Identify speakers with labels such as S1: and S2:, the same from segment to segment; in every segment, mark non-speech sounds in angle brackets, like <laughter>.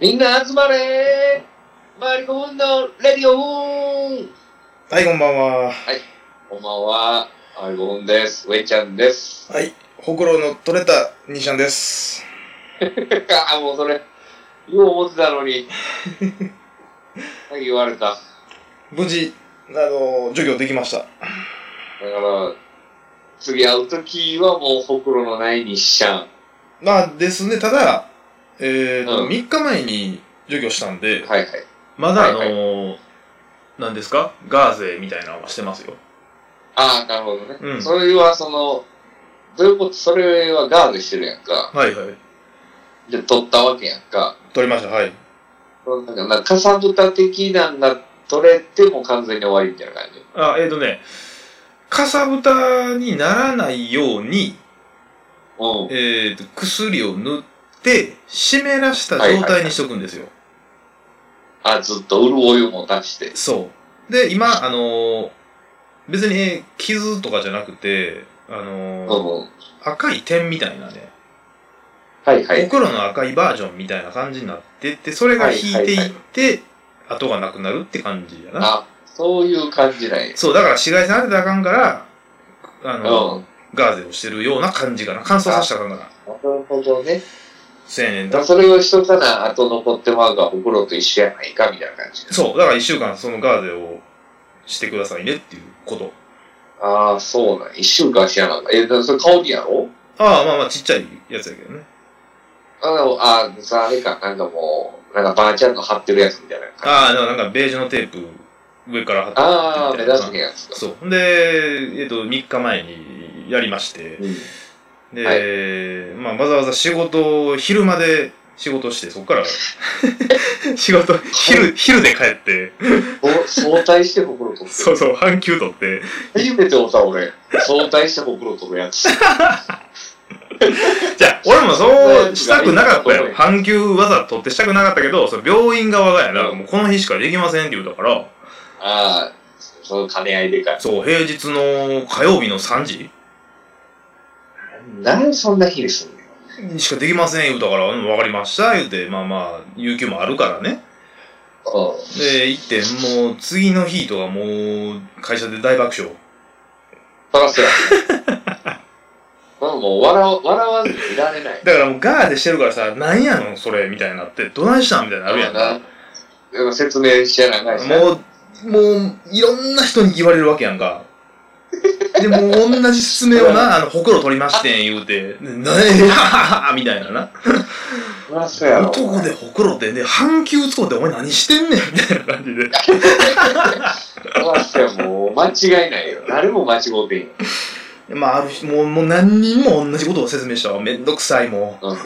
S1: みんな集まれーマリコンのレディオン
S2: はい、こんばんは。
S1: こんばんは、マリコンです。ウェイちゃんです。 <laughs>
S2: はい、ほくろの取れた兄ちゃんです。
S1: あ、もうそれ、よう思ってたのに。 <laughs> さっき言われた。だか
S2: 無事、あの、除去できました。
S1: ら、次会うときはもうほくろのないにしちゃう。
S2: まあですね、ただ、えーと、
S1: うん
S2: 3日前に除去したんで、
S1: はいはい。
S2: まだあ
S1: は
S2: の、
S1: い
S2: なんですかガーゼみたいなのはしてますよ。
S1: ああ、なるほどね。
S2: うん
S1: それはその、どういうことそれはガードしてるやんか。
S2: はいはい。
S1: で、取ったわけやんか。
S2: 取りました、はい。
S1: そうなんか、なんかかさぶた的なんが取れても完全に終わりみたいな感じ。
S2: あ、えーとね、かさぶたにならないように、
S1: うん。
S2: えーと、薬を塗って、湿らした状態にしとくんですよ。
S1: あ、ずっと潤いを持たして。
S2: そう。で、今、あのー別に、えー傷とかじゃなくて、あ
S1: う
S2: の
S1: ん。
S2: ー
S1: は
S2: 赤い点みたいなね、
S1: いはい。
S2: 僕らの赤いバージョンみたいな感じになってって、それが引いてい
S1: はいはい
S2: って、後がなくなるって感じやな。
S1: あ、そういう感じなんや。
S2: そう、だから紫外線当てたらあかんから、あ
S1: う
S2: のー
S1: ん。
S2: ガーゼをしてるような感じかな。乾燥させたらあかんから。
S1: なるほどね。
S2: せやねん
S1: だ
S2: だ。
S1: それをしとかな、あと残ってまうが、お風呂と一緒やないか、みたいな感じ。
S2: そう、だから一週間そのガーゼをしてくださいねっていうこと。
S1: ああ、そうなん。一週間しやなんか。え、だからそれ顔にやろ
S2: ああ、まあまあちっちゃいやつやけどね。
S1: あでもあ、さあれか、なんかもう、なんかばあちゃんの貼ってるやつみたいな感じ。
S2: ああ、でもなんかベージュのテープ上から貼って
S1: ああ、
S2: み
S1: 目
S2: たいな
S1: 立つやつか。
S2: そう。で、えっと、3日前にやりまして、
S1: うん。
S2: で、
S1: は
S2: まあ、わざわざ仕事を、昼まで仕事して、そっから、 <laughs> 仕事、昼、昼で帰って、
S1: お相対してほくろ取って
S2: そう
S1: る。
S2: そう、半休取って、
S1: 初めておさ、俺。相対してほくろ取るやつ。
S2: じゃあ、俺もそうしたくなかった
S1: そう
S2: よ。
S1: や
S2: 半休わざ取ってしたくなかったけど、その病院側がやな、
S1: うん
S2: もうこの日しかできませんって言うたから、
S1: ああ、その兼ね合いでかい。
S2: そう、平日の火曜日の3時
S1: なんでそんな日にすんのよ。
S2: にしかできません言うたから、うんわかりました、言うて、まあまあ、有給もあるからね。
S1: うん。
S2: で、行って、もう、次の日とかもう、会社で大爆笑。
S1: そら
S2: <laughs>
S1: そうや。うんもう笑わ笑わずにいられない。
S2: だからもう、ガーでしてるからさ、なんやのそれ、みたいになって、どないしたんみたいになるやん
S1: な。だから説明しやなあかんしな。
S2: もう、もう、いろんな人に言われるわけや
S1: <laughs>
S2: んか。で、もう、同じ説明をな、あの、ほくろ取りましてん、言うて、でなんや、ははははみたいなな。
S1: そらそうやろ。
S2: 男でほくろって、で、半球使うて、お前何してんねん、みたいな感じで。
S1: そらそうや、もう間違いないよ。誰も間違うてんよ。
S2: まあ、ある日、もう、もう何人も同じことを説明したわ。めんどくさい、も
S1: うん。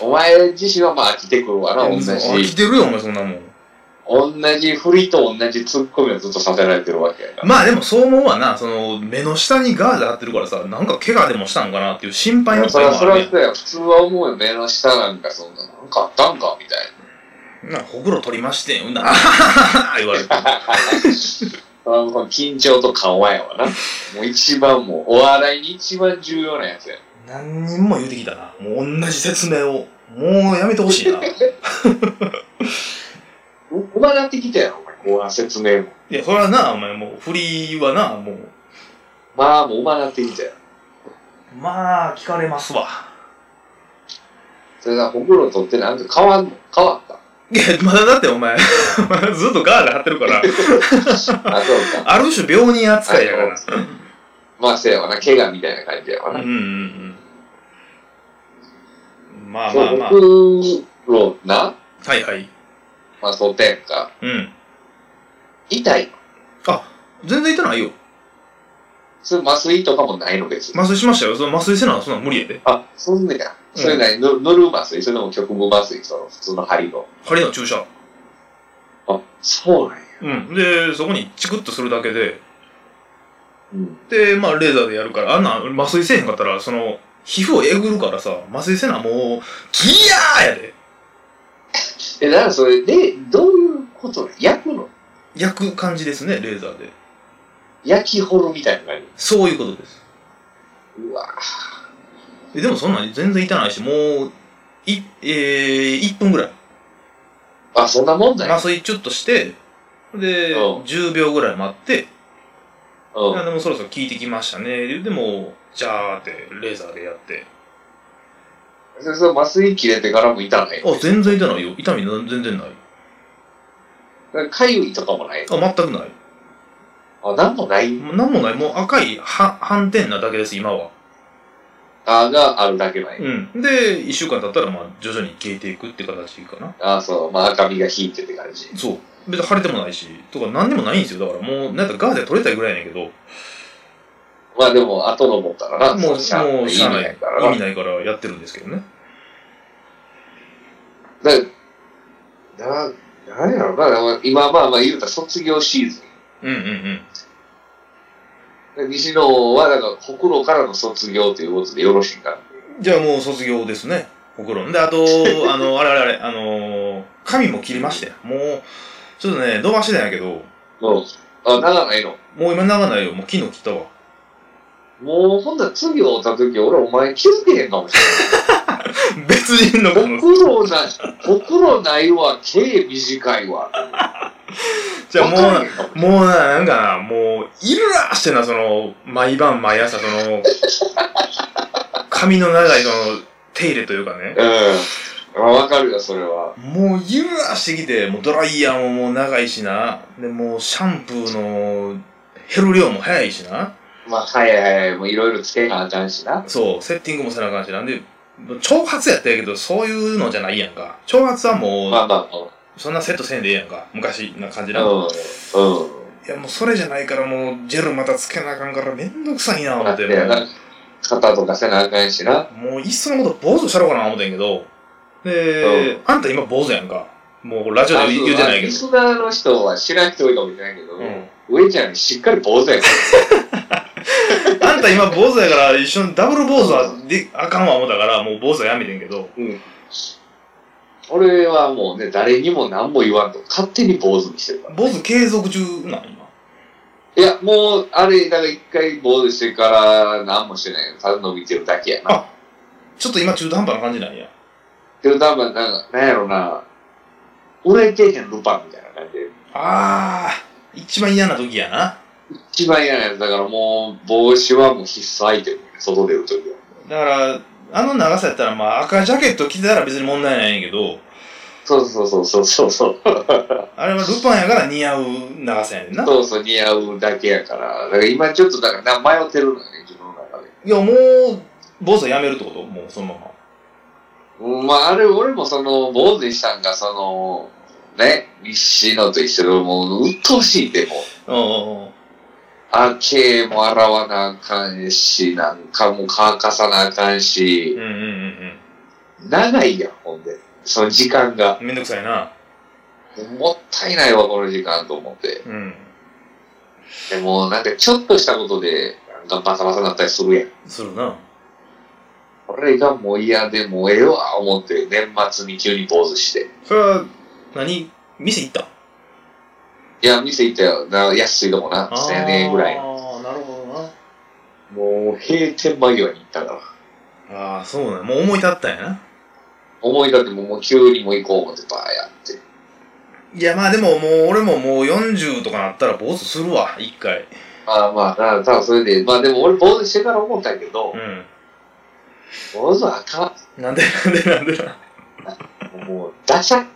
S1: お前自身はまあ飽きてくるわ
S2: う。
S1: な、同
S2: そう飽き
S1: じ。
S2: てるよ、お前、そんなもん。
S1: 同じ振りと同じツッコミをずっとさせられてるわけやから。
S2: まあでもそう思うわな、その目の下にガーゼ貼ってるからさ、なんか怪我でもしたんかなっていう心配の
S1: そ
S2: 声
S1: ら
S2: もあ
S1: そ
S2: る
S1: ら
S2: や
S1: そうや、普通は思うよ。目の下なんかそんな、なんかあったんかみたいな。
S2: ん。なんかほくろ取りましてん、うんだ、あはははは <laughs> 言われて。
S1: あの緊張と緩和やわな。もう一番もう、お笑いに一番重要なやつや。
S2: 何人も言うてきたな。もう同じ説明を。もうやめてほしいな。いう
S1: まなってきたやろ、お前。後半説明も。
S2: や、それはな、お前もう振りはな、もう。
S1: まあ、もううまなってきたやろ。
S2: まあ、聞かれますわ。
S1: それが、ほくろ取ってなんか変わんの変わった。
S2: いや、まだだってお前、 <laughs> まだずっとガーゼ貼ってるから、
S1: あ、そうか。
S2: ある種病人扱いやからな。
S1: まあ、せやわな。怪我みたいな感じやわ
S2: うん
S1: な。
S2: うんうん。まあ
S1: そ
S2: まあ
S1: う、
S2: まあ
S1: ほ。くろな、
S2: はいはい。
S1: まあ、取ってんか。
S2: うん。
S1: 痛い。
S2: 全然痛ないよ。
S1: それ麻酔とかもないの別に。
S2: 麻酔しましたよ。その麻酔せな、そんなん無理やで。
S1: あ、そんなや。それなり、の乗る麻酔、それでも局部麻酔、その普通の針の。
S2: 針の注射。
S1: あ、そうなんや。
S2: うん。で、そこにチクッとするだけで、
S1: うん。
S2: で、まあ、レーザーでやるから、あんなん麻酔せえへんかったら、その、皮膚をえぐるからさ、麻酔せな、もう、ギヤーやで。
S1: え、だからそれで、どういうこと焼くの
S2: 焼く感じですね、レーザーで。
S1: 焼き掘るみたいな感
S2: そういうことです。
S1: じ。うわ
S2: えでもそんなん全然痛ないし、もう、い、えー、1分ぐらい。
S1: あ、そんなもんだよ。
S2: 麻酔ちょっとして、で、
S1: うん
S2: 10秒ぐらい待って、
S1: う
S2: あ
S1: ん。
S2: でもそろそろ効いてきましたね。で、でも、じゃーって、レーザーでやって。
S1: それそう麻酔切れてからも痛ない。
S2: あ、全然痛ないよ。痛みな全然ない。
S1: かゆいとかもない。
S2: あ、全くない。
S1: あ、なんもない。
S2: もうなんもない。もう赤いは斑点なだけです、今は。
S1: あがあるだけない。
S2: うん。で、1週間経ったら、まあ、徐々に消えていくって形かな。
S1: あ、そう。まあ赤みが引いてって感じ。
S2: そう。別に腫れてもないし、とか何でもないんですよ。だからもう、なんかガーゼ取れたいぐらいやねんけど、も
S1: まあでも、後のもったらな。
S2: う、もう、
S1: し
S2: し
S1: ゃ
S2: ゃ
S1: あない意味
S2: あな
S1: ないいから
S2: 意
S1: な
S2: 味ないからやってるんですけどね。
S1: だな、なんやろな。でも今、まあまあ言うたら卒業シーズン。
S2: うんうんう
S1: で
S2: ん。
S1: 西野は、だから、ほくろからの卒業ということでよろしいか。
S2: じゃあもう卒業ですね。ほくろ。で、あ <laughs> と、あの、あれあれあれ、あのー、髪も切りまして。もう、ちょっとね、伸ばしてたんやけど、
S1: うん。あ、ならないの。
S2: もう今長ないよ。もう昨日切ったわ。 <laughs>
S1: もう、ほんなら次を負った時、俺、お前気づけへんかもし
S2: 別人の
S1: れ
S2: こ
S1: ん。
S2: の、
S1: ほくろない、ほくろないわ、毛短いわ。
S2: じゃあもう
S1: わかんへんかもしれん
S2: な、もうな、なんかな、もう、イラーしてな、その、毎晩毎朝、その、髪の長い、その、手入れというかね。
S1: うん。あわかるよ、それは。
S2: もう、イラーしてきて、もうドライヤーももう長いしな。で、もう、シャンプーの、減る量も早いしな。
S1: まあ、はいはいはい、もういろいろつけなあかんしな。
S2: そう、セッティングもせなあかんし、なんで、挑発やったんやけど、そういうのじゃないやんか。挑発はもう、
S1: まあまあま
S2: そんなセットせんでええやんか。昔な感じな。
S1: あ、
S2: い
S1: うん。うん。
S2: や、もうそれじゃないから、もう、ジェルまたつけなあかんから、めんどくさいな、思
S1: だ
S2: っ。
S1: っててやな、肩とかせなあかんしな。
S2: もう、いっそのこと坊主したろうかな、思ってんけど。で、あんた今坊主やんか。もう、ラジオで言う言うじゃない
S1: リ
S2: けど。
S1: スナーの人は知らん人多いかもしれないけど、
S2: うん、
S1: 上ちゃんしっかり坊主やか
S2: あんた今坊主やから一緒にダブル坊主はであかんわ思ったからもう坊主はやめてんけど
S1: ら。うん。俺はもうね、誰にも何も言わんと、勝手に坊主にしてるから。
S2: 坊主継続中なん今
S1: いや、もう、あれ、だから一回坊主してから何もしてないよ。ただ伸びてるだけやな。
S2: あちょっと今中途半端な感じなんや
S1: でも多分、なんか、なんやろな、売れてへんルパンみたいな感じで。
S2: ああ、一番嫌な時やな。
S1: 一番嫌なやつだからもう、帽子はもう必須アイテム。外出るときは。
S2: だから、あの長さやったら、まあ赤ジャケット着てたら別に問題ないんやけど、
S1: そうそうそうそうそうそう。
S2: あれはルパンやから似合う長さやねんな。
S1: そうそう、似合うだけやから。だから今ちょっと、だからな迷ってるのよね、自分の中で。
S2: いや、もう、坊主はやめるってこともうそのまま。
S1: うんまあ、あれ、俺もその、坊主にしたんが、その、ね、西野と一緒で、もう、うっとうしいでもう。
S2: うんうんうん。
S1: あ、毛も洗わなあかんし、なんかもう乾かさなあかんし
S2: う、んうんうん
S1: 長いやん、ほんで。その時間が。
S2: うん。めんどくさいな。
S1: もったいないわ、この時間と思って。
S2: うん。
S1: でも、なんかちょっとしたことで、なんかバサバサになったりするやん。
S2: するな。
S1: これがもう嫌でもうええわ、思って、年末に急に坊主して。
S2: それは、何店行った
S1: いや、店行ったよ。な安いとこな、
S2: あー
S1: 1000円ぐらいの。
S2: なるほどな。
S1: もう閉店間際に行ったから。
S2: ああ、そうなんもう思い立ったんやな。
S1: 思い立ってももう急にもう行こう思って、バーやって。
S2: いや、まあでももう、俺ももう40とかなったら坊主するわ、一回。
S1: まあまあ、なただそれで、まあでも俺坊主してから思ったけど
S2: う、ん。
S1: 坊主はあか
S2: なんでなんでなんでなん
S1: ん。もう、ダシャ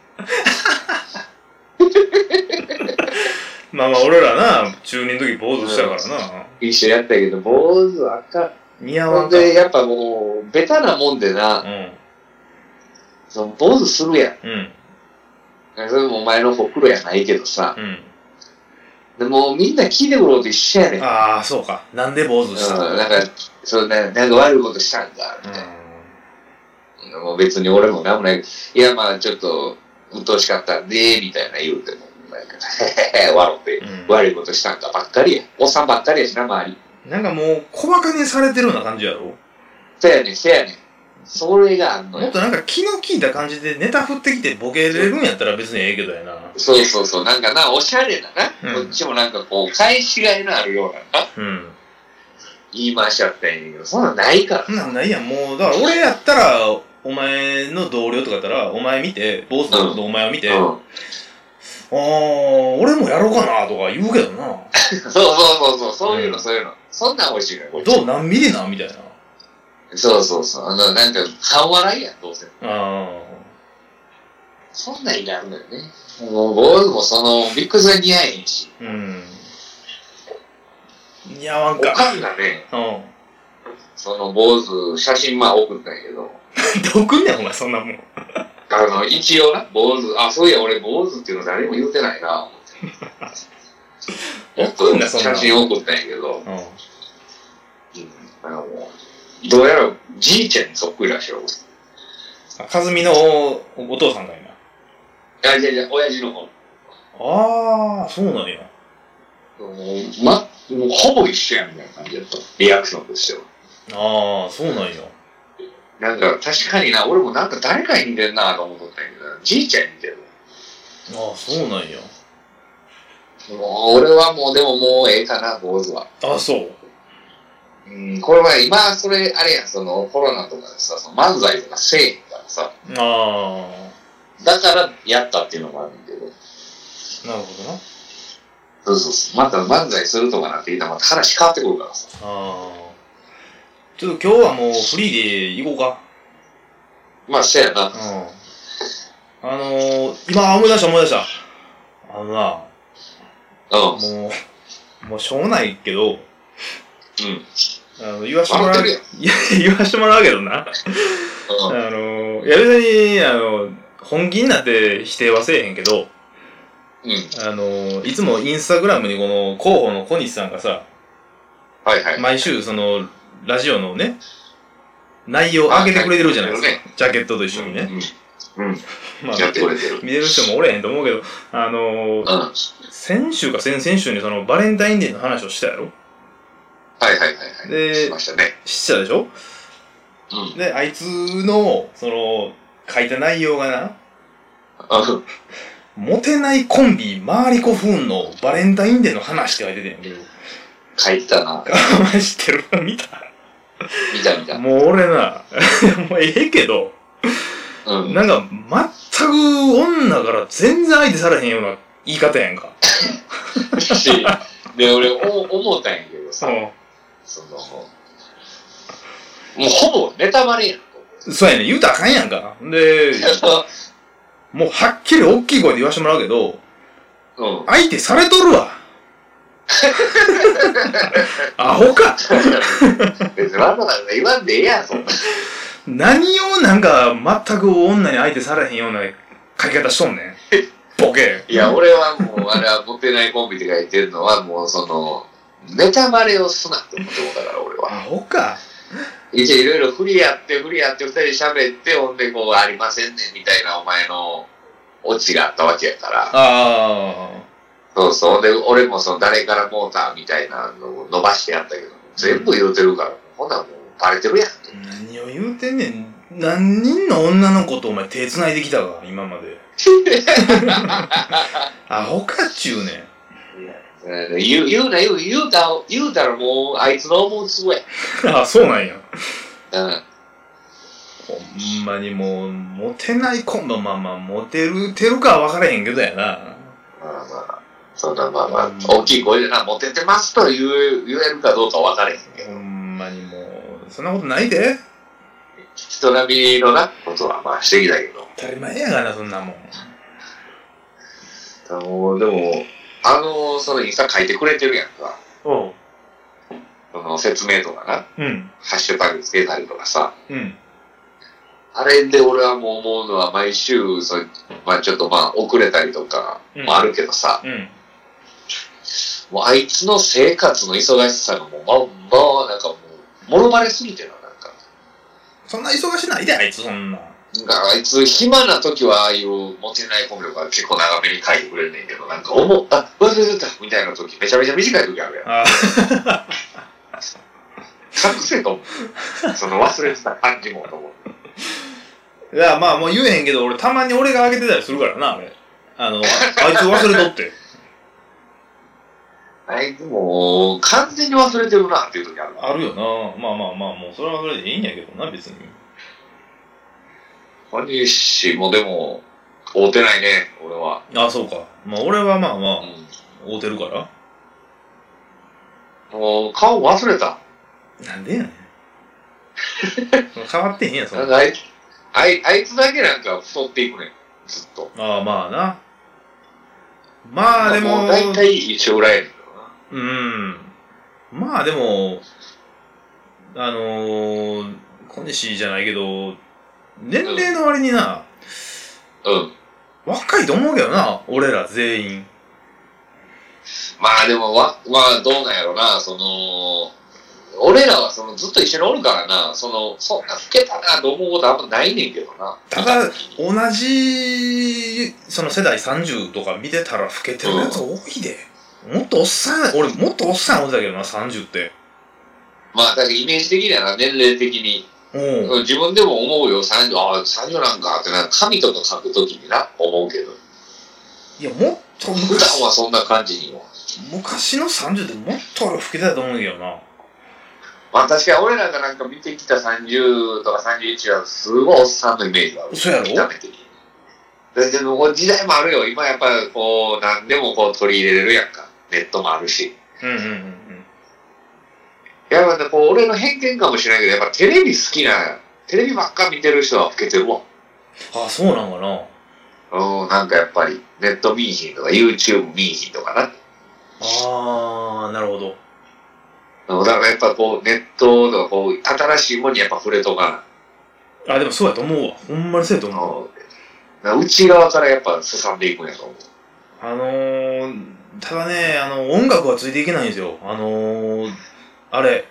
S2: まあまあ俺らな中二の時坊主したからな
S1: 一緒やったけど、坊主はあかん。
S2: 似合
S1: ほ
S2: わ
S1: ん
S2: んか
S1: で、やっぱもう、ベタなもんでな、
S2: うん
S1: その坊主するやん。
S2: うん
S1: それもお前のほくろやないけどさ。
S2: うん
S1: でもうみんな聞いてくること一緒やねん。
S2: ああそうかなんで坊主したの
S1: うん、なんか、そうね、なんか悪いことしたんだ、みたいな。もう別に俺もなんもない。いや、まあちょっと、鬱陶しかったんで、みたいな言うても、 <laughs> なんか、へへへ、笑って、
S2: うん
S1: 悪いことしたんだばっかりや。おっさんばっかりやしな、周り。
S2: うんなんかもう小馬鹿にされてるような感じやろ
S1: せやねん、せやねん。それがあんの
S2: もっ
S1: よ。
S2: となんか気の利いた感じでネタ振ってきてボケれるんやったら別にええけどやな
S1: そうそうそう、なんかな、おしゃれだな。
S2: うん
S1: こっちもなんかこう、返しがいのあるようなな、
S2: うん
S1: 言い回しちゃったんやけど、そんなんないから。
S2: そんなんないやんもうだから俺やったらお前の同僚とかやったら、お前見て、坊主のお前を見て、あ
S1: うん。
S2: あー、俺もやろうかなとか言うけどな。
S1: そうそうそうそう、そういう
S2: う
S1: の、
S2: ん
S1: そういうの。そんなん欲しいのよ、こっち
S2: どう何ミリなみたいな。
S1: そうそうそう。あの、なんか、半笑いやん、どうせ。
S2: あ
S1: そんなんいらんのよね。もう、坊主もその、理屈が似合えへんし。
S2: ーうん。いや、な
S1: お
S2: んか。
S1: かんがね、
S2: うん。 <laughs>
S1: その坊主、写真まあ送ったんやけど、
S2: どこねん、お前、そんなもん。
S1: あの、一応な、坊主、あ、そういや、俺坊主っていうの誰も言うてないな、思って。やっ
S2: 送んな
S1: と
S2: そんな
S1: 写
S2: の
S1: 真送ったんやけど、
S2: うん。
S1: あの、もう、どうやらじいちゃんにそっくりらしいよ。
S2: あかずみのおお父さんがいな。
S1: あ、いやいや、親父の方。
S2: ああ、そうなんや。
S1: もう、ま、もうほぼ一緒やんみたいな感じだった。リアクションとしては。
S2: ああ、そうなんや。
S1: なんか、確かにな、俺もなんか誰かに似てんなと思っとったんやけど、じいちゃんに似てる。
S2: ああ、そうなんや。
S1: もう、俺はもう、でももうええかな、坊主は。
S2: あそう。
S1: うん、これは今、それ、あれやん、その、コロナとかでさ、その漫才とかせえへんからさ、
S2: あ
S1: だからやったっていうのもあるんだけど、
S2: あ、なるほどな。
S1: そうそうそう、また漫才するとかなって言ったらまた話変わってくるからさ。
S2: ああ。ちょっと今日はもうフリーで行こうか。
S1: まあ、せやな。
S2: うん。あのー、今思い出した思い出した。あのな、
S1: うん。
S2: もう、もうしょうもないけど、
S1: うん。
S2: あの、言わしてもら
S1: 笑っ
S2: う、
S1: て
S2: い
S1: るや
S2: や、言わしてもらうけどな。あ
S1: うん。
S2: のー、いや別に、あの、本気になって否定はせえへんけど、
S1: うん。
S2: あのー、いつもインスタグラムにこの広報の小西さんがさ、
S1: はいはい。
S2: 毎週その、ラジオのね、内容を上げてくれてるじゃないですか。
S1: ね。
S2: ジャケットと一緒にね。
S1: うん。うん。
S2: まあ、
S1: やってく
S2: 見
S1: れてる。
S2: てる人もおれへんと思うけど、あのー
S1: うん。はい
S2: 先週か先々週にそのバレンタインデーの話をしたやろ
S1: はいはいはい。
S2: で
S1: しましたね。
S2: したでしょ
S1: うん。うん。 <laughs>
S2: で、あいつの、その、書いた内容がな、モテないコンビ、マーリコフーンのバレンタインデーの話って書いててんやけど、
S1: 書いてたな。
S2: お前知ってる見た
S1: 見た見
S2: <laughs>
S1: た。
S2: もう俺な、もうええけど、
S1: うん。
S2: なんか全く女から全然相手されへんような言い方やんか。
S1: し、で、俺、お思ったんやけどさ、その、もうほぼネタバレやん。 <laughs>
S2: そうやね、言うたらあかんやんか。で、もうはっきり大きい声で言わしてもらうけど、
S1: うん。 <laughs>
S2: 相手されとるわ。アホか。
S1: 別にわざわざ言わんでええやん、そんな。
S2: 何をなんか全く女に相手されへんような書き方しとんねん。ボケ。
S1: いや、俺はもう、あれはモテないコンビで書いてるのは、もうその、ネタバレをすなって思ってもだから、俺は。
S2: アホか。
S1: 一応いろいろ振りやって、振りやって、二人で喋って、ほんで、こう、ありませんね、みたいなお前のオチがあったわけやから。
S2: あ
S1: そうそう。で、俺もその、誰からモーターみたいなのを伸ばしてやったけど、全部言うてるから、ほんならもう、バレてるやん。 <laughs>
S2: ー。何を言うてんねん。何人の女の子とお前手繋いできたわ、今まで。アホかっちゅうねん。 <laughs>
S1: えー言う言うな言う言うた言うたらもうあいつの思うつぼや、
S2: あ、そうなんや。
S1: うん、
S2: ほんまにもう、モテないコンビ、まあまあ、モテる、てるかは分からへんけどやな。
S1: まあまあ、そんなまあまあ、
S2: うん
S1: 大きい声でな、モテてますと言う言えるかどうか分からへんけど、
S2: ほんまにもう、そんなことないで。
S1: 人並みのな、ことはまあしてきたけど、
S2: 当たり前やがな、そんなもん。
S1: あのでも、あの、そのインスタ書いてくれてるやんか、
S2: おう。
S1: その説明とかな、
S2: うん。
S1: ハッシュタグつけたりとかさ、
S2: うん。
S1: あれで俺はもう思うのは毎週、そのまあちょっとまあ遅れたりとかもあるけどさ、
S2: うん。
S1: もうあいつの生活の忙しさがもう、まあ、まあ、なんかもう、もろまれすぎてな、なんか。
S2: そんな忙しないで、あいつ、そんな。
S1: なんかあいつ、暇な時はああいうモテないコンビとか結構長めに書いてくれんねんけど、なんか思う、あ、忘れてたみたいな時、めちゃめちゃ短い時あるやん。
S2: あ
S1: 隠せと思う。その忘れてた感じもと思う。
S2: いや、まあ、もう言えへんけど、俺、たまに俺があげてたりするからな、あれ。あの、あ <laughs> あいつ忘れとって。
S1: あいつもう、完全に忘れてるなっていう時ある。
S2: あるよな。まあまあまあ、もう、それはそれでいいんやけどな、別に。
S1: 谷氏もでも、会うてないね、俺は。
S2: あ、そうか。まあ、俺はまあま
S1: う
S2: あ、会うてるから。
S1: ん。もう、顔忘れた。
S2: なんでやねん。 <laughs> 変わってへんやん、そん
S1: な。
S2: なん
S1: かあいあい、あいつだけなんか太っていくねん。ずっと。
S2: ああ、まあな。まあでも、
S1: だいたい一緒ぐらいやねんけどな。
S2: うん。まあでも、あのー、小西じゃないけど、年齢の割にな、
S1: うん。
S2: 若いと思うけどな、俺ら全員。
S1: まあでも、わ、まあどうなんやろな、その、俺らはそのずっと一緒におるからな、その、そんな老けたなと思うことあんまないねんけどな。
S2: ただ、同じ、その世代30とか見てたら老けてるやつ多いで。もっとおっさん、俺もっとおっさん思ってたけどな、30って。
S1: まあ、だけどイメージ的にはな、年齢的に。
S2: うん。
S1: 自分でも思うよ、30、ああ、30なんかってな、神とか書くときにな、思うけど。
S2: いや、もっと
S1: 普段
S2: 昔、
S1: はそんな感じにも。
S2: 昔の30ってもっと俺老けてたと思うけどな。
S1: まあ確かに俺らがなんか見てきた30とか31はすごいおっさんのイメージがある。
S2: そうやろ
S1: 見た目的に。ででもこう時代もあるよ。今やっぱこう何でもこう取り入れれるやんか。ネットもあるし。
S2: うんうんうんうん。
S1: やっぱね、こう俺の偏見かもしれないけど、やっぱテレビ好きな、テレビばっか見てる人は老けてるわ。
S2: ああ、そうなんかな。
S1: うん、なんかやっぱりネット見いひんとか YouTube 見いひんとかな。
S2: ああ、なるほ
S1: だ
S2: ど。
S1: からやっぱこうネットとかこう新しいものにやっぱ触れとか
S2: あ、でもそうやと思うわ。ほんまにそうやと
S1: な。
S2: 思う。
S1: うん、内側からやっぱ進んでいくんやと思う。
S2: あのー、ただね、あの、音楽はついていけないんですよ。あのー、あれ、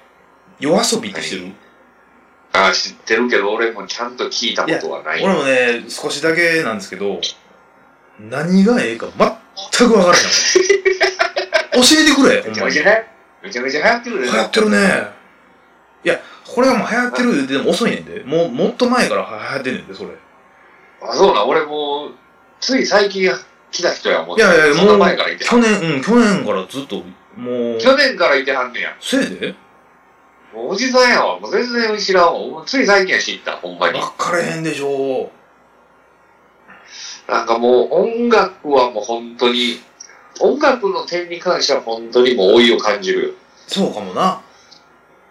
S2: 夜遊びって知ってる
S1: あ知ってるけど、俺もちゃんと聞いたことはない。
S2: 俺もね、少しだけなんですけど、何がええか全くわから <laughs> ない。教えてくれ、ほ
S1: め
S2: ん
S1: ちゃ
S2: ま
S1: めち
S2: に。
S1: ゃ流
S2: 流
S1: 行めちゃめちゃ流行ってるで
S2: 行ってるね。いや、これはもう流行ってるで、でも遅いねんで。もう、もっと前から流行ってんねんで、それ。
S1: あ、そうなん、俺もう、つい最近来た人やもん。
S2: いやいやいや
S1: その前からいては
S2: 去
S1: ん。
S2: 年、うん、去年からずっと、もう、
S1: 去年からいてはんねや。
S2: せいで
S1: もうおじさんやわ。もう全然知らんわ。もうつい最近や知った、ほんまに。
S2: 分かれへんでしょ
S1: なんかもう音楽はもう本当に、音楽の点に関しては本当にもう老いを感じるよ。
S2: そうかもな。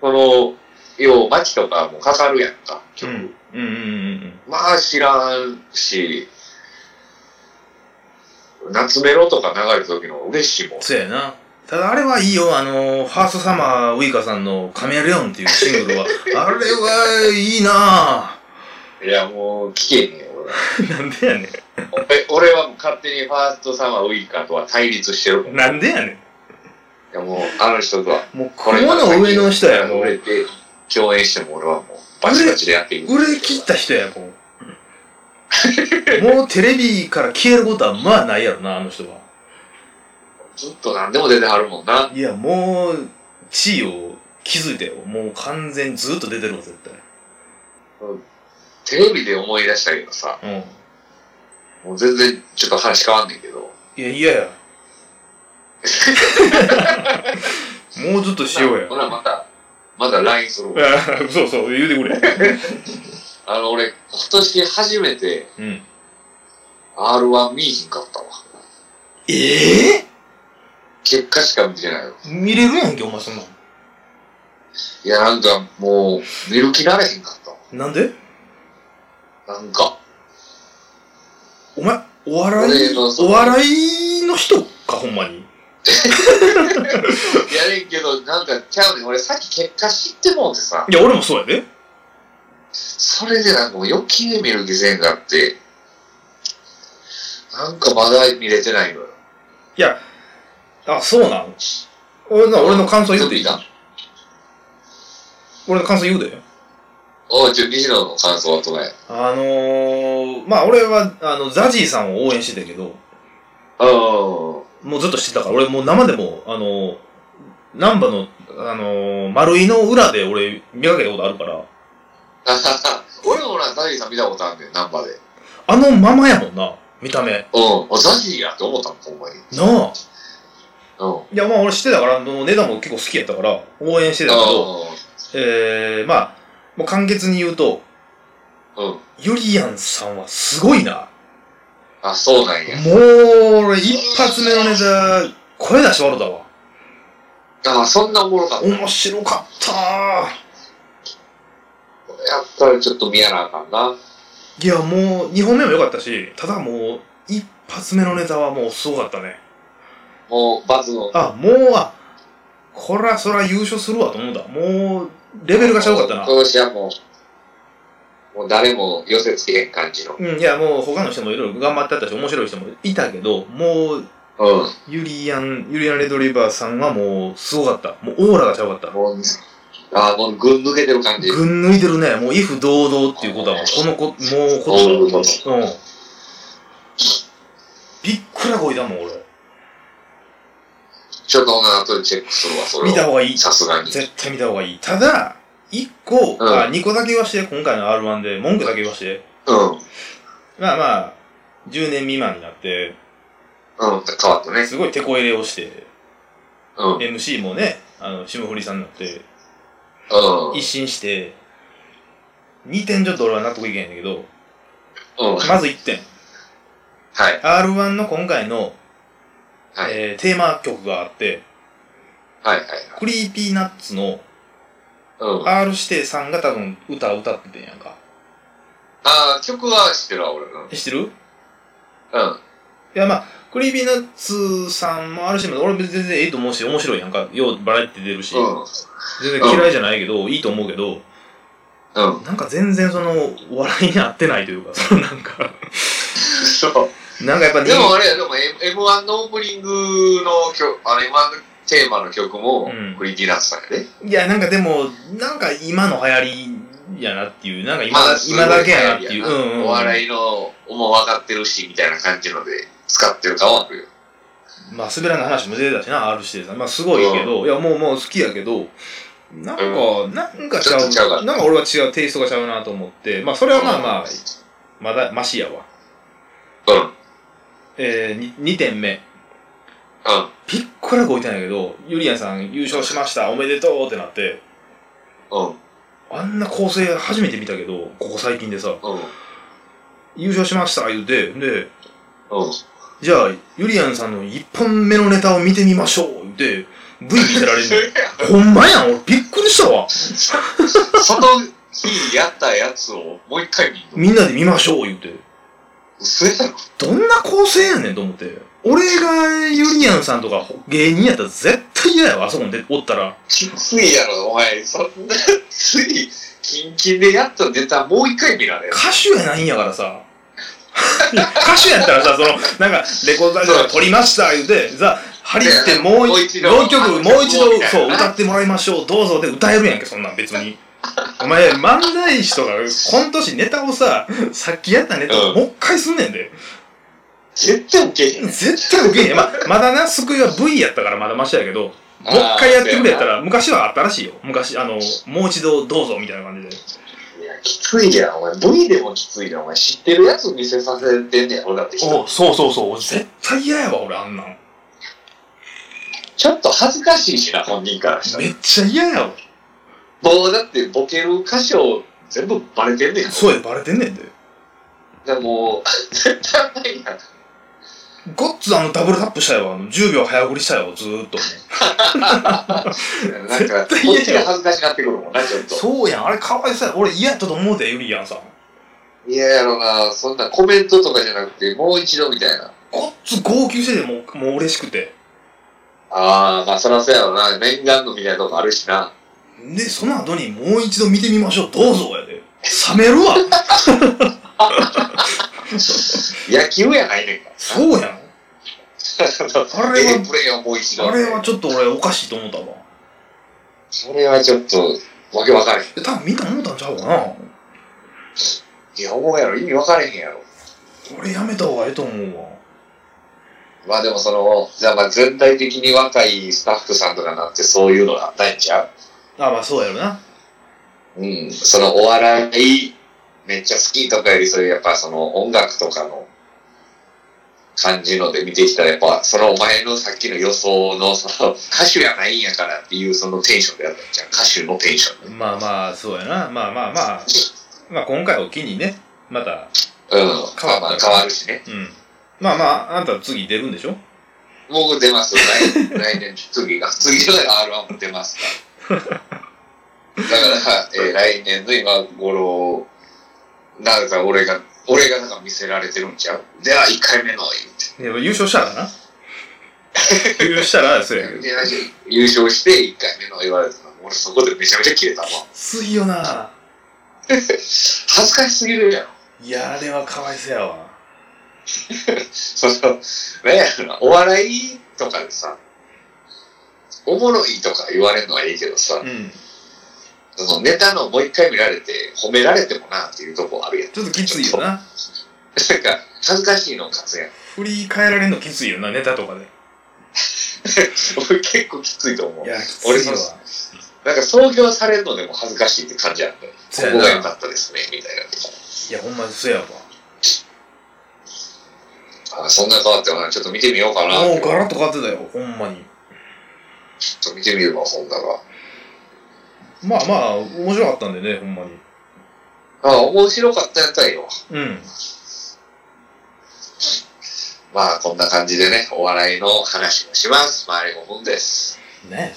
S1: この、要、街とかもかかるやんか、曲。
S2: うんうんうん
S1: まあ知らんし、夏メロとか流れた時の嬉しいもん。
S2: そうやな。ただあれはいいよ、あの、ファーストサマーウイカさんのカメレオンっていうシング <laughs> ルは、あれはいいない
S1: や、もう、聞けねえよ、俺は
S2: ぁなんでやね <laughs>
S1: え俺はもう勝手にファーストサマーウイカとは対立してるもん。い
S2: なんでやね
S1: や、もう、あの人とは、
S2: ん。もう
S1: これ
S2: 雲の上の人や、もう。
S1: 俺
S2: 売
S1: で、共演しても俺はもう、バチバチでやっていく。
S2: れ切った人や、もう。もうテレビから消えることはまあないやろな、あの人は。
S1: ずっと何でも出てはるもんな。
S2: いや、もう、地位を築いてよ。もう完全にずっと出てるわ、絶
S1: テレビで思い出したけどさ、
S2: 対。うん。
S1: もう全然ちょっと話変わんねんけど、
S2: いや、いやや。もうずっとしようや
S1: ほ。ら、また、また LINE するわ。
S2: <laughs> そうそう、言うてくれ。
S1: あの、俺、今年初めて
S2: うん。
S1: R1 見いひんかったわ。
S2: ええ
S1: 結果しか見てないわ。
S2: 見れるやんけ、お前そんなん。
S1: いや、なんかもう、見る気なれへんかったわ。
S2: なんで
S1: なんか。
S2: お前、お笑
S1: 俺
S2: い、
S1: のそう
S2: お笑いの人か、ほんまに。
S1: いやねんけど、なんかちゃうねん。俺さっき結果知ってもうてさ、
S2: いや、俺もそうやで。
S1: それでなんかもう余計見る気せんがあって、なんかまだ見れてないのよ。
S2: あ、そうなん。俺の、俺の感想言うていい
S1: ちょっと
S2: 俺の感想言うで。
S1: おい、ちょ、西野の感想はとね。
S2: あのー、まあ俺は、あの、ザジーさんを応援してたけど、
S1: う
S2: もうずっとしてたから、俺もう生でも、あの、難波の、あの、丸井の裏で俺見かけたことあるから、
S1: ん。 <laughs> 俺もな、ザジーさん見たことあんねん、ナンバで。うん。
S2: あのままやもんな、見た目。な
S1: あザジーやって思ったもん、ほんまに。
S2: あ。
S1: うん。
S2: いや、まあ俺知ってたから、もう値段も結構好きやったから、応援してたけど、えー、まあ、もう簡潔に言うと、
S1: うん。
S2: ゆりやんさんはすごいな。
S1: あ、そうなんや。
S2: もう、俺、一発目のネタ、声出して笑ったわ。
S1: あ、そんなおもろかった。
S2: 面白かった
S1: やったらちょっと見やなあかんな。
S2: いや、もう、2本目も良かったし、ただもう、一発目のネタはもうすごかったね。
S1: もう、バズの。
S2: あ、もう、あ、こら、そら優勝するわと思った。もう、レベルがちゃうかったな
S1: 今。年はもう、もう誰も寄せつけへん感じの。
S2: うん、いや、もう、他の人もいろいろ頑張ってあったし、面白い人もいたけど、もう、
S1: う
S2: ゆりやん、ゆりやんレドリバーさんはもう、すごかった。もう、オーラがちゃうかった
S1: ん。。もう、あ、もう、群抜けてる感じ。
S2: 群抜いてるね。もう、威風堂々っていうことは、このこ、もう、こ
S1: そういうこ
S2: と、うん。びっくらこいだもん、俺。
S1: ちょっと女の後でチェックするわ、それ
S2: 見た
S1: を。
S2: 方がいい。
S1: さすがに。
S2: 絶対見た方がいい。ただ、一個、
S1: うん
S2: あ、二個だけ言わして、今回の R1 で、文句だけ言わして。
S1: うん。うん。
S2: まあまあ、10年未満になって、
S1: 変わったね。
S2: すごい手こ入れをして、
S1: うん。うん。
S2: MC もね、あの、霜降りさんになって、一新して、2点ちょっと俺は納得いけないんだけど、
S1: うん。
S2: まず1点。
S1: はい。
S2: R1 の今回の、
S1: はい
S2: えーテーマ曲があって、
S1: はいはい。
S2: クリーピーナッツの
S1: うん。あ
S2: R 指定さんが多分歌歌っててんやんか。
S1: あー、曲は知ってるわ、俺。うん。うん。
S2: 知ってる
S1: あ
S2: いやまあ、クリーピーナッツさんも R 指定も俺別に全然いいと思うし、面白いやんか。ようバラエティ出るし、全然嫌いじゃないけど、いいと思うけど、
S1: うん。うん。
S2: なんか全然その、笑いに合ってないというか、 <laughs> そのなんか、
S1: そう。
S2: なんかやっぱ
S1: でもあれや、でも M- M1 のオープニングの曲、あの M1 のテーマの曲も
S2: うん、
S1: クリーピーナッツさんやで。
S2: いや、なんかでも、なんか今の流行りやなっていう、なんか今,、
S1: まあすごい
S2: 今だけやなってい
S1: 流
S2: う。
S1: 行り
S2: うんうん、
S1: お笑いの、もう分かってるし、みたいな感じので、使ってるかはあるよ。
S2: まあ、滑らない話も出てたしな、R 指定さん。まあ、すごいけど、いや、もう、もう好きやけど、なんか、なんかちゃ
S1: ちょっとちゃうか
S2: う、
S1: ら
S2: なんか俺は違う、テイストがちゃうなと思って、まあ、それはまあまあ、まだ、マシやわ。
S1: うん。うん。
S2: えー、2点目。ピッコラ動いてないけど、ゆりやんさん優勝しました、おめでとうってなって、
S1: うん。
S2: あんな構成初めて見たけど、ここ最近でさ、
S1: うん。
S2: 優勝しました、言うて、で、
S1: うん。
S2: じゃあ、ゆりやんさんの一本目のネタを見てみましょうって、V 見せられるの。ほんまやん、俺びっくりしたわ。
S1: その日やったやつをもう一回見るの。
S2: みんなで見ましょう言うて。
S1: 嘘やろ
S2: どんな構成やねんと思って。俺がゆりやんさんとか芸人やったら絶対嫌やわ、あそこに出ておったら。
S1: きついやろ、お前。そんな、つい、キンキンでやったネタもう一回見られる。
S2: 歌手やないんやからさ。いや歌手やったらさ、その、なんか、レコード大賞が撮りました、言うて、ザ・ハリってもう
S1: もう
S2: 一
S1: 一
S2: 度、
S1: 度
S2: 浪曲、もう一
S1: もう
S2: 度
S1: 一、回
S2: そう、歌ってもらいましょう、どうぞで歌えるやんけ、そんなん別に。お前、漫才師とか、今年ネタをさ、さっきやったネタをもう一回すんねんで。
S1: 絶対ウケへん。
S2: 絶対ウケへんやん。ままだな、救いは V やったからまだマシやけど、もう一回やってくれやったら、昔はあったらしいよ。昔、あの、もう一度どうぞみたいな感じで。
S1: いや、きついやん、お前。V でもきついやん、お前。知ってるやつ見せさせてんねやろ、だって人。
S2: おそうそうそう、絶対嫌やわ、俺、あんなん。
S1: ちょっと恥ずかしいしな、本人からしたら
S2: めっちゃ嫌やわ。
S1: もうだって、ボケる箇所全部バレてんねん。
S2: そうや、バレてんねんで。
S1: だからもう、絶対ないやん。
S2: ごっつあのダブルタップしたよ。あの10秒早送りしたよ、ずーっと。
S1: なんか、こ
S2: 絶対嫌や
S1: っちが恥ずかしなってくるもんな、ちょっと。
S2: そうやん、あれかわいそうや。俺嫌やったと思うで、ゆりやんさん。
S1: いややろな、そんなコメントとかじゃなくて、もう一度みたいな。
S2: ごっつ号泣してて、もう、もう嬉しくて。
S1: ああ、まあそらそうやろな、念願のみたいなとこあるしな。
S2: で、その後にもう一度見てみましょう、どうぞやで。冷めるわ。
S1: 野球やないねんから。
S2: そうやん。あれは
S1: ええプレーをもう一度。
S2: あれはちょっと俺おかしいと思ったわ。
S1: それはちょっと、わけわからへん。
S2: え多分みんな思ったんちゃうかな。
S1: いや、思うやろ、意味わからへんやろ。
S2: 俺やめた方がええと思うわ。
S1: まあでもその、じゃあまあ全体的に若いスタッフさんとかになってそういうのがあったんちゃう
S2: あ、まあそうやろな。
S1: うん、そのお笑いめっちゃ好きとかよりそういうやっぱその音楽とかの感じので見てきたらやっぱそのお前のさっきの予想のその歌手やないんやからっていうそのテンションでやったんじゃん歌手のテンション
S2: まあまあ、そうやな。まあまあまあ。まあ今回を機にね、また、
S1: うん。
S2: 変わった
S1: まあ変わるしね。
S2: うん。まあまあ、あんた次出るんでしょ
S1: 僕出ますよ。来来 <laughs> 年、次が。次じゃない R1 も出ますから。だから、えー来年の今頃、なんか俺が、俺がなんか見せられてるんちゃうでは、1回目の
S2: いや優勝したら <laughs> な。優勝したら、それやけ
S1: 言う
S2: ど。
S1: て。で優勝して1回目の言われたの。俺そこでめちゃめちゃキレたわ。
S2: ついよな。
S1: 恥ずかしすぎるやろ。
S2: いや、あれはかわいそうやわ。
S1: その、なんやろな、お笑いとかでさ、おもろいとか言われるのはいいけどさ、
S2: うん。
S1: そのネタのもう一回見られて、褒められてもなっていうとこあるやん。
S2: ちょっときついよな。
S1: なんか、恥ずかしいの勝つ
S2: <laughs>
S1: やん。
S2: 振り返られるのきついよな、ネタとかで。
S1: 俺結構きついと思う。
S2: いや、きつ
S1: 俺
S2: い
S1: そ
S2: わ
S1: の。なんか、創業されるのでも恥ずかしいって感じやったよ。こ
S2: そうや
S1: こ
S2: な
S1: が良かったですね、みたい
S2: いや、ほんまにそうやわ。
S1: な。あそんな変わってもな、ちょっと見てみようかな。
S2: もうガ
S1: ち
S2: ラッと変わってたよ、ほんま
S1: ょ
S2: に。
S1: っと見てみれば、本だが。
S2: まあまあ、面白かったんでね、ほんまに。
S1: あ面白かったやったらいいわ。
S2: うん。
S1: まあ、こんな感じでね、お笑いの話をします。周り5分です。
S2: <laughs> ねえ。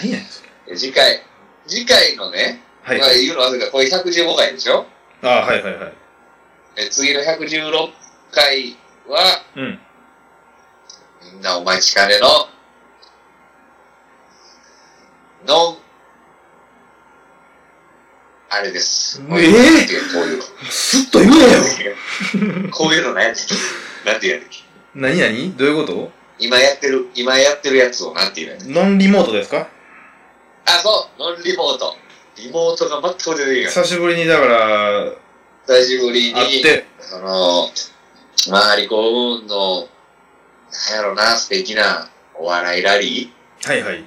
S2: 何やねん、それ。
S1: え次回、次回のね、
S2: はい。
S1: まあ言うの忘れた、これ115回でしょ
S2: ああ、はいはいはい。
S1: え次の116回は、
S2: うん。
S1: みんなお待ちかねの、の、あれです。
S2: ええ
S1: こういうの。
S2: すっと言う
S1: こういうのなんやつ。なんてやる
S2: 何何どういうこ
S1: 今やってる、今やってるやつをなんて言うの
S2: とノンリモートですか
S1: あ、そうノンリモート。リモートが全く出てるやん。
S2: 久しぶりに、だから、
S1: 久しぶりに。
S2: 会って、
S1: その、周り幸運の、なんやろな、素敵なお笑いラリ
S2: はいはい。
S1: ー、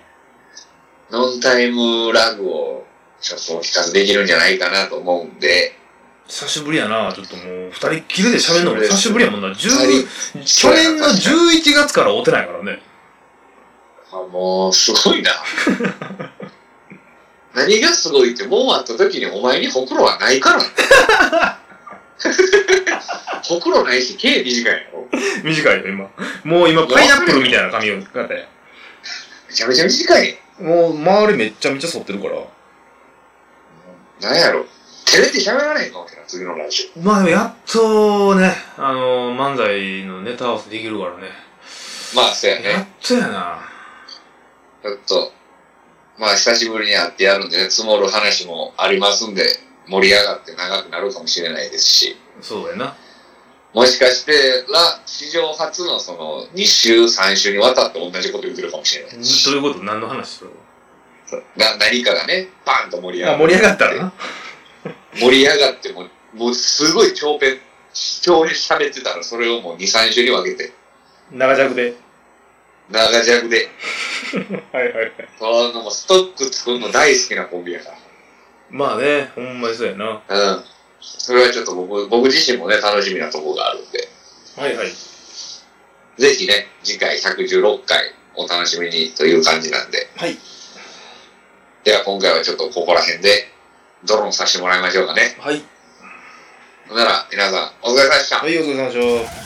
S1: ノンタイムラグを、ちょっとお聞かせできるんじゃないかなと思うんで、
S2: 久しぶりやな、ちょっともう、二人っきりで喋るのも久しぶりやもんな。十
S1: 二
S2: 去年の11月から会うてないからね。
S1: あもう、すごいな。 <laughs> 何がすごいって、もう会った時にお前にほくろはないから。 <laughs> ほくろないし、毛短いやろ。
S2: 短いよ、今。もう今、パイナップルみたいな髪を使って。
S1: めちゃめちゃ短い。
S2: もう、周りめっちゃめちゃ剃ってるから。
S1: なんやろ。照れて喋らないかもしれない、次のラジ
S2: まあでもやっとね、あの漫才のネタ合わせできるからね。
S1: オ。まあ、そうやね
S2: や。っとやな。
S1: ちょっと、まあ、久しぶりに会ってやるんでね、積もる話もありますんで、盛り上がって長くなるかもしれないですし、
S2: そうやな。
S1: もしかしてら、史上初のその、2週、3週にわたって同じこと言ってるかもしれな
S2: どう
S1: いし、
S2: いうこと何の話それは
S1: な何かがね、バンと盛り上
S2: ま
S1: が
S2: あ
S1: って、
S2: 盛り上がったらな。
S1: 盛り上がっても、もうすごい長編、長編喋ってたら、それをもう2、3週に分けて、
S2: 長尺で。
S1: 長尺で、
S2: はいはいはい。
S1: そのもうストック作るの大好きなコンビやから。
S2: まあね、ほんまにそうやな。は
S1: うん。それはちょっと僕、僕自身もね、楽しみなところがあるんで。
S2: いはい。
S1: ぜひね、次回116回お楽しみにという感じなんで。
S2: はい。
S1: では今回はちょっとここら辺で、ドローンさせてもらいましょうかね。
S2: はい。
S1: ほんなら皆さんお疲れ様でした。
S2: はい、お疲れ様でした。